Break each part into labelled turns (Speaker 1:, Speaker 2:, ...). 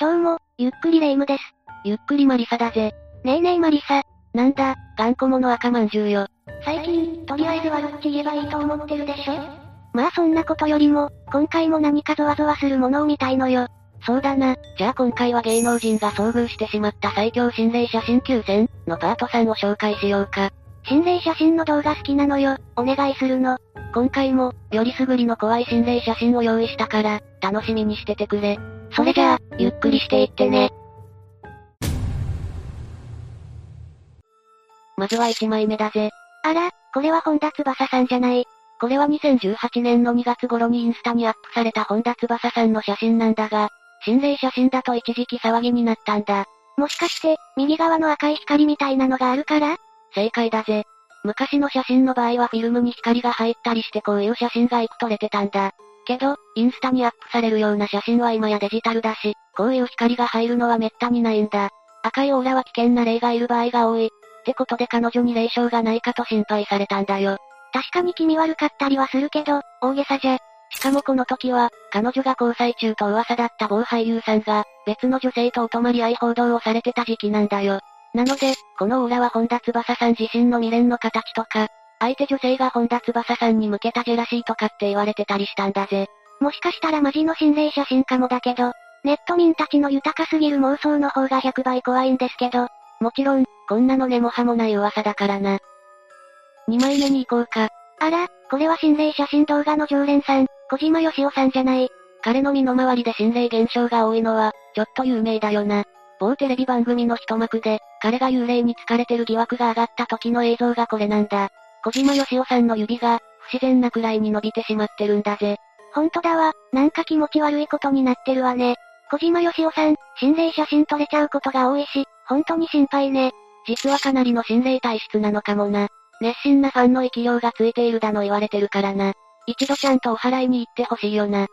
Speaker 1: どうも、ゆっくりレ夢ムです。
Speaker 2: ゆっくりマリサだぜ。
Speaker 1: ねえねえマリサ。
Speaker 2: なんだ、頑固者赤まんじゅうよ。
Speaker 1: 最近、とりあえず悪口言えばいいと思ってるでしょまあそんなことよりも、今回も何かゾワゾワするものを見たいのよ。
Speaker 2: そうだな。じゃあ今回は芸能人が遭遇してしまった最強心霊写真9000のパート3を紹介しようか。
Speaker 1: 心霊写真の動画好きなのよ、お願いするの。
Speaker 2: 今回も、よりすぐりの怖い心霊写真を用意したから、楽しみにしててくれ。それじゃあ、ゆっくりしていってね。まずは1枚目だぜ。
Speaker 1: あら、これは本田翼さんじゃない。
Speaker 2: これは2018年の2月頃にインスタにアップされた本田翼さんの写真なんだが、心霊写真だと一時期騒ぎになったんだ。
Speaker 1: もしかして、右側の赤い光みたいなのがあるから
Speaker 2: 正解だぜ。昔の写真の場合はフィルムに光が入ったりしてこういう写真がいく撮れてたんだ。けど、インスタにアップされるような写真は今やデジタルだし、こういう光が入るのは滅多にないんだ。赤いオーラは危険な霊がいる場合が多い。ってことで彼女に霊障がないかと心配されたんだよ。
Speaker 1: 確かに気味悪かったりはするけど、大げさじゃ。
Speaker 2: しかもこの時は、彼女が交際中と噂だった某俳優さんが、別の女性とお泊まり合い報道をされてた時期なんだよ。なので、このオーラは本田翼さん自身の未練の形とか、相手女性が本田翼さんに向けたジェラシーとかって言われてたりしたんだぜ。
Speaker 1: もしかしたらマジの心霊写真かもだけど、ネット民たちの豊かすぎる妄想の方が100倍怖いんですけど、
Speaker 2: もちろん、こんなの根も葉もない噂だからな。2枚目に行こうか。
Speaker 1: あら、これは心霊写真動画の常連さん、小島よしおさんじゃない。
Speaker 2: 彼の身の回りで心霊現象が多いのは、ちょっと有名だよな。某テレビ番組の一幕で、彼が幽霊に疲れてる疑惑が上がった時の映像がこれなんだ。小島よしおさんの指が、不自然なくらいに伸びてしまってるんだぜ。
Speaker 1: ほんとだわ、なんか気持ち悪いことになってるわね。小島よしおさん、心霊写真撮れちゃうことが多いし、ほんとに心配ね。
Speaker 2: 実はかなりの心霊体質なのかもな。熱心なファンの生き量がついているだの言われてるからな。一度ちゃんとお祓いに行ってほしいよな。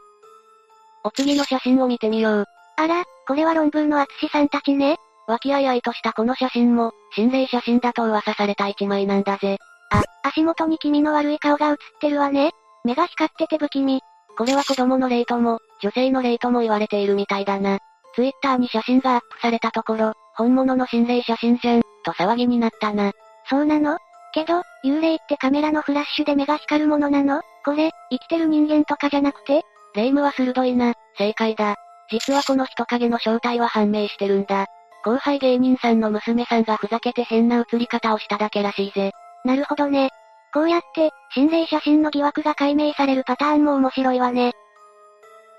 Speaker 2: お次の写真を見てみよう。
Speaker 1: あら、これは論文の厚さんたちね。
Speaker 2: 和気あいあいとしたこの写真も、心霊写真だと噂された一枚なんだぜ。
Speaker 1: あ、足元に気味の悪い顔が映ってるわね。目が光ってて不気味。
Speaker 2: これは子供の霊とも、女性の霊とも言われているみたいだな。ツイッターに写真がアップされたところ、本物の心霊写真じゃん、と騒ぎになったな。
Speaker 1: そうなのけど、幽霊ってカメラのフラッシュで目が光るものなのこれ、生きてる人間とかじゃなくて
Speaker 2: 霊夢は鋭いな、正解だ。実はこの人影の正体は判明してるんだ。後輩芸人さんの娘さんがふざけて変な写り方をしただけらしいぜ。
Speaker 1: なるほどね。こうやって、心霊写真の疑惑が解明されるパターンも面白いわね。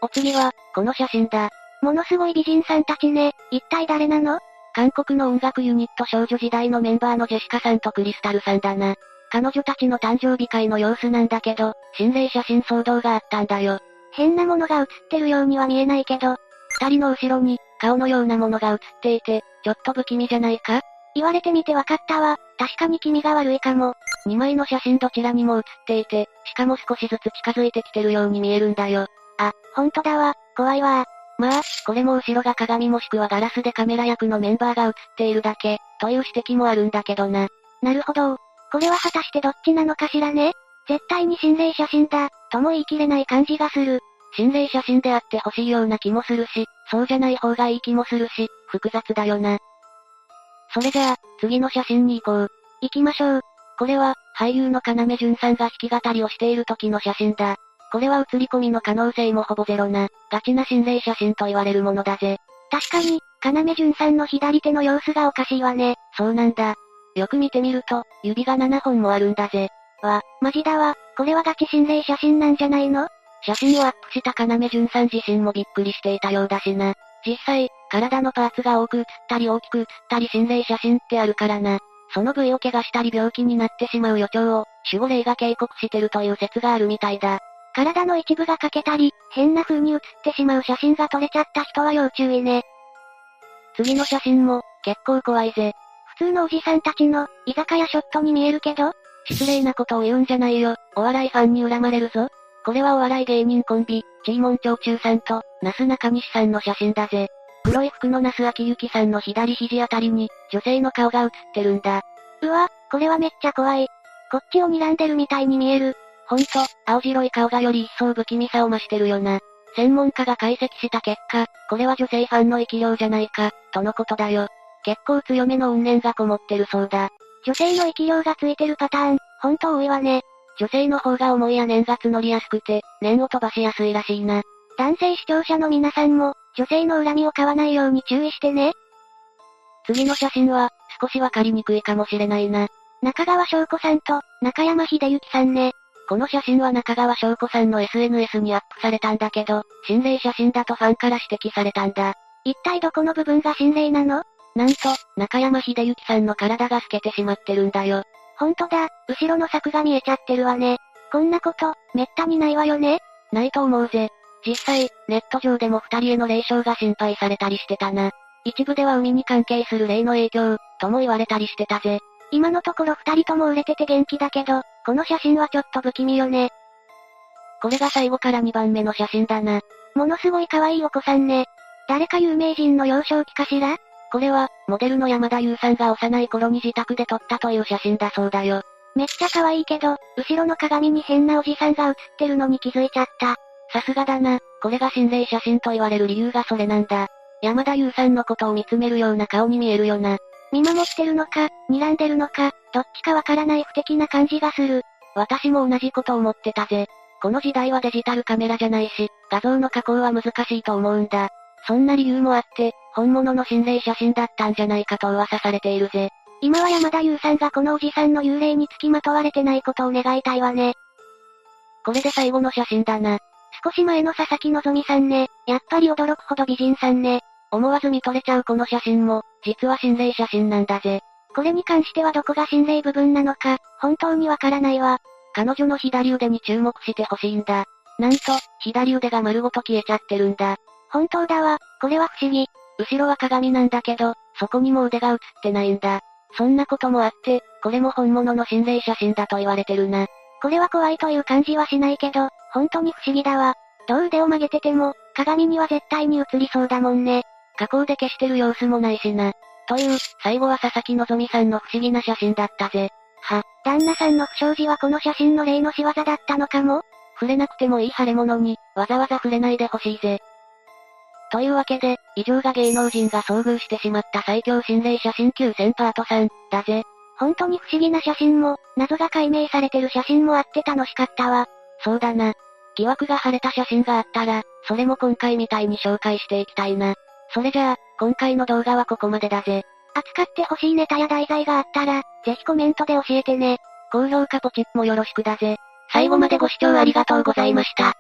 Speaker 2: お次は、この写真だ。
Speaker 1: ものすごい美人さんたちね、一体誰なの
Speaker 2: 韓国の音楽ユニット少女時代のメンバーのジェシカさんとクリスタルさんだな。彼女たちの誕生日会の様子なんだけど、心霊写真騒動があったんだよ。
Speaker 1: 変なものが映ってるようには見えないけど、
Speaker 2: 二人の後ろに、顔のようなものが映っていて、ちょっと不気味じゃないか
Speaker 1: 言われてみてわかったわ。確かに気味が悪いかも。
Speaker 2: 2枚の写真どちらにも写っていて、しかも少しずつ近づいてきてるように見えるんだよ。
Speaker 1: あ、ほんとだわ。怖いわ
Speaker 2: まあ、これも後ろが鏡もしくはガラスでカメラ役のメンバーが映っているだけ、という指摘もあるんだけどな。
Speaker 1: なるほど。これは果たしてどっちなのかしらね絶対に心霊写真だ、とも言い切れない感じがする。
Speaker 2: 心霊写真であってほしいような気もするし、そうじゃない方がいい気もするし、複雑だよな。それじゃあ、次の写真に行こう。
Speaker 1: 行きましょう。
Speaker 2: これは、俳優の要潤さんが弾き語りをしている時の写真だ。これは写り込みの可能性もほぼゼロな、ガチな心霊写真と言われるものだぜ。
Speaker 1: 確かに、要潤さんの左手の様子がおかしいわね。
Speaker 2: そうなんだ。よく見てみると、指が7本もあるんだぜ。
Speaker 1: わ、マジだわ、これはガチ心霊写真なんじゃないの
Speaker 2: 写真をアップした要潤さん自身もびっくりしていたようだしな。実際、体のパーツが多く写ったり大きく写ったり心霊写真ってあるからな。その部位を怪我したり病気になってしまう予兆を、守護霊が警告してるという説があるみたいだ。
Speaker 1: 体の一部が欠けたり、変な風に写ってしまう写真が撮れちゃった人は要注意ね。
Speaker 2: 次の写真も、結構怖いぜ。
Speaker 1: 普通のおじさんたちの、居酒屋ショットに見えるけど
Speaker 2: 失礼なことを言うんじゃないよ。お笑いファンに恨まれるぞ。これはお笑い芸人コンビ、チーモン長中さんと、ナス中西さんの写真だぜ。黒い服のナス秋きさんの左肘あたりに、女性の顔が写ってるんだ。
Speaker 1: うわ、これはめっちゃ怖い。こっちを睨んでるみたいに見える。
Speaker 2: ほんと、青白い顔がより一層不気味さを増してるよな。専門家が解析した結果、これは女性ファンの生き量じゃないか、とのことだよ。結構強めの怨念がこもってるそうだ。
Speaker 1: 女性の生き量がついてるパターン、ほんと多いわね。
Speaker 2: 女性の方が思いや念が募りやすくて、念を飛ばしやすいらしいな。
Speaker 1: 男性視聴者の皆さんも、女性の恨みを買わないように注意してね。
Speaker 2: 次の写真は、少しわかりにくいかもしれないな。
Speaker 1: 中川翔子さんと、中山秀幸さんね。
Speaker 2: この写真は中川翔子さんの SNS にアップされたんだけど、心霊写真だとファンから指摘されたんだ。
Speaker 1: 一体どこの部分が心霊なの
Speaker 2: なんと、中山秀幸さんの体が透けてしまってるんだよ。
Speaker 1: ほんとだ、後ろの柵が見えちゃってるわね。こんなこと、めったにないわよね。
Speaker 2: ないと思うぜ。実際、ネット上でも二人への霊障が心配されたりしてたな。一部では海に関係する霊の影響、とも言われたりしてたぜ。
Speaker 1: 今のところ二人とも売れてて元気だけど、この写真はちょっと不気味よね。
Speaker 2: これが最後から2番目の写真だな。
Speaker 1: ものすごい可愛いお子さんね。誰か有名人の幼少期かしら
Speaker 2: これは、モデルの山田優さんが幼い頃に自宅で撮ったという写真だそうだよ。
Speaker 1: めっちゃ可愛いけど、後ろの鏡に変なおじさんが写ってるのに気づいちゃった。
Speaker 2: さすがだな。これが心霊写真と言われる理由がそれなんだ。山田優さんのことを見つめるような顔に見えるよな。
Speaker 1: 見守ってるのか、睨んでるのか、どっちかわからない不敵な感じがする。
Speaker 2: 私も同じこと思ってたぜ。この時代はデジタルカメラじゃないし、画像の加工は難しいと思うんだ。そんな理由もあって、本物の心霊写真だったんじゃないかと噂されているぜ。
Speaker 1: 今は山田優さんがこのおじさんの幽霊につきまとわれてないことを願いたいわね。
Speaker 2: これで最後の写真だな。
Speaker 1: 少し前の佐々木希さんね、やっぱり驚くほど美人さんね。
Speaker 2: 思わず見とれちゃうこの写真も、実は心霊写真なんだぜ。
Speaker 1: これに関してはどこが心霊部分なのか、本当にわからないわ。
Speaker 2: 彼女の左腕に注目してほしいんだ。なんと、左腕が丸ごと消えちゃってるんだ。
Speaker 1: 本当だわ、これは不思議。
Speaker 2: 後ろは鏡なんだけど、そこにも腕が映ってないんだ。そんなこともあって、これも本物の心霊写真だと言われてるな。
Speaker 1: これは怖いという感じはしないけど、本当に不思議だわ。どう腕を曲げてても、鏡には絶対に映りそうだもんね。
Speaker 2: 加工で消してる様子もないしな。という、最後は佐々木希さんの不思議な写真だったぜ。
Speaker 1: は、旦那さんの不祥事はこの写真の例の仕業だったのかも
Speaker 2: 触れなくてもいい腫れ物に、わざわざ触れないでほしいぜ。というわけで、以上が芸能人が遭遇してしまった最強心霊写真9000パート3、だぜ。
Speaker 1: 本当に不思議な写真も、謎が解明されてる写真もあって楽しかったわ。
Speaker 2: そうだな。疑惑が晴れた写真があったら、それも今回みたいに紹介していきたいな。それじゃあ、今回の動画はここまでだぜ。
Speaker 1: 扱ってほしいネタや題材があったら、ぜひコメントで教えてね。
Speaker 2: 高評価ポチッもよろしくだぜ。最後までご視聴ありがとうございました。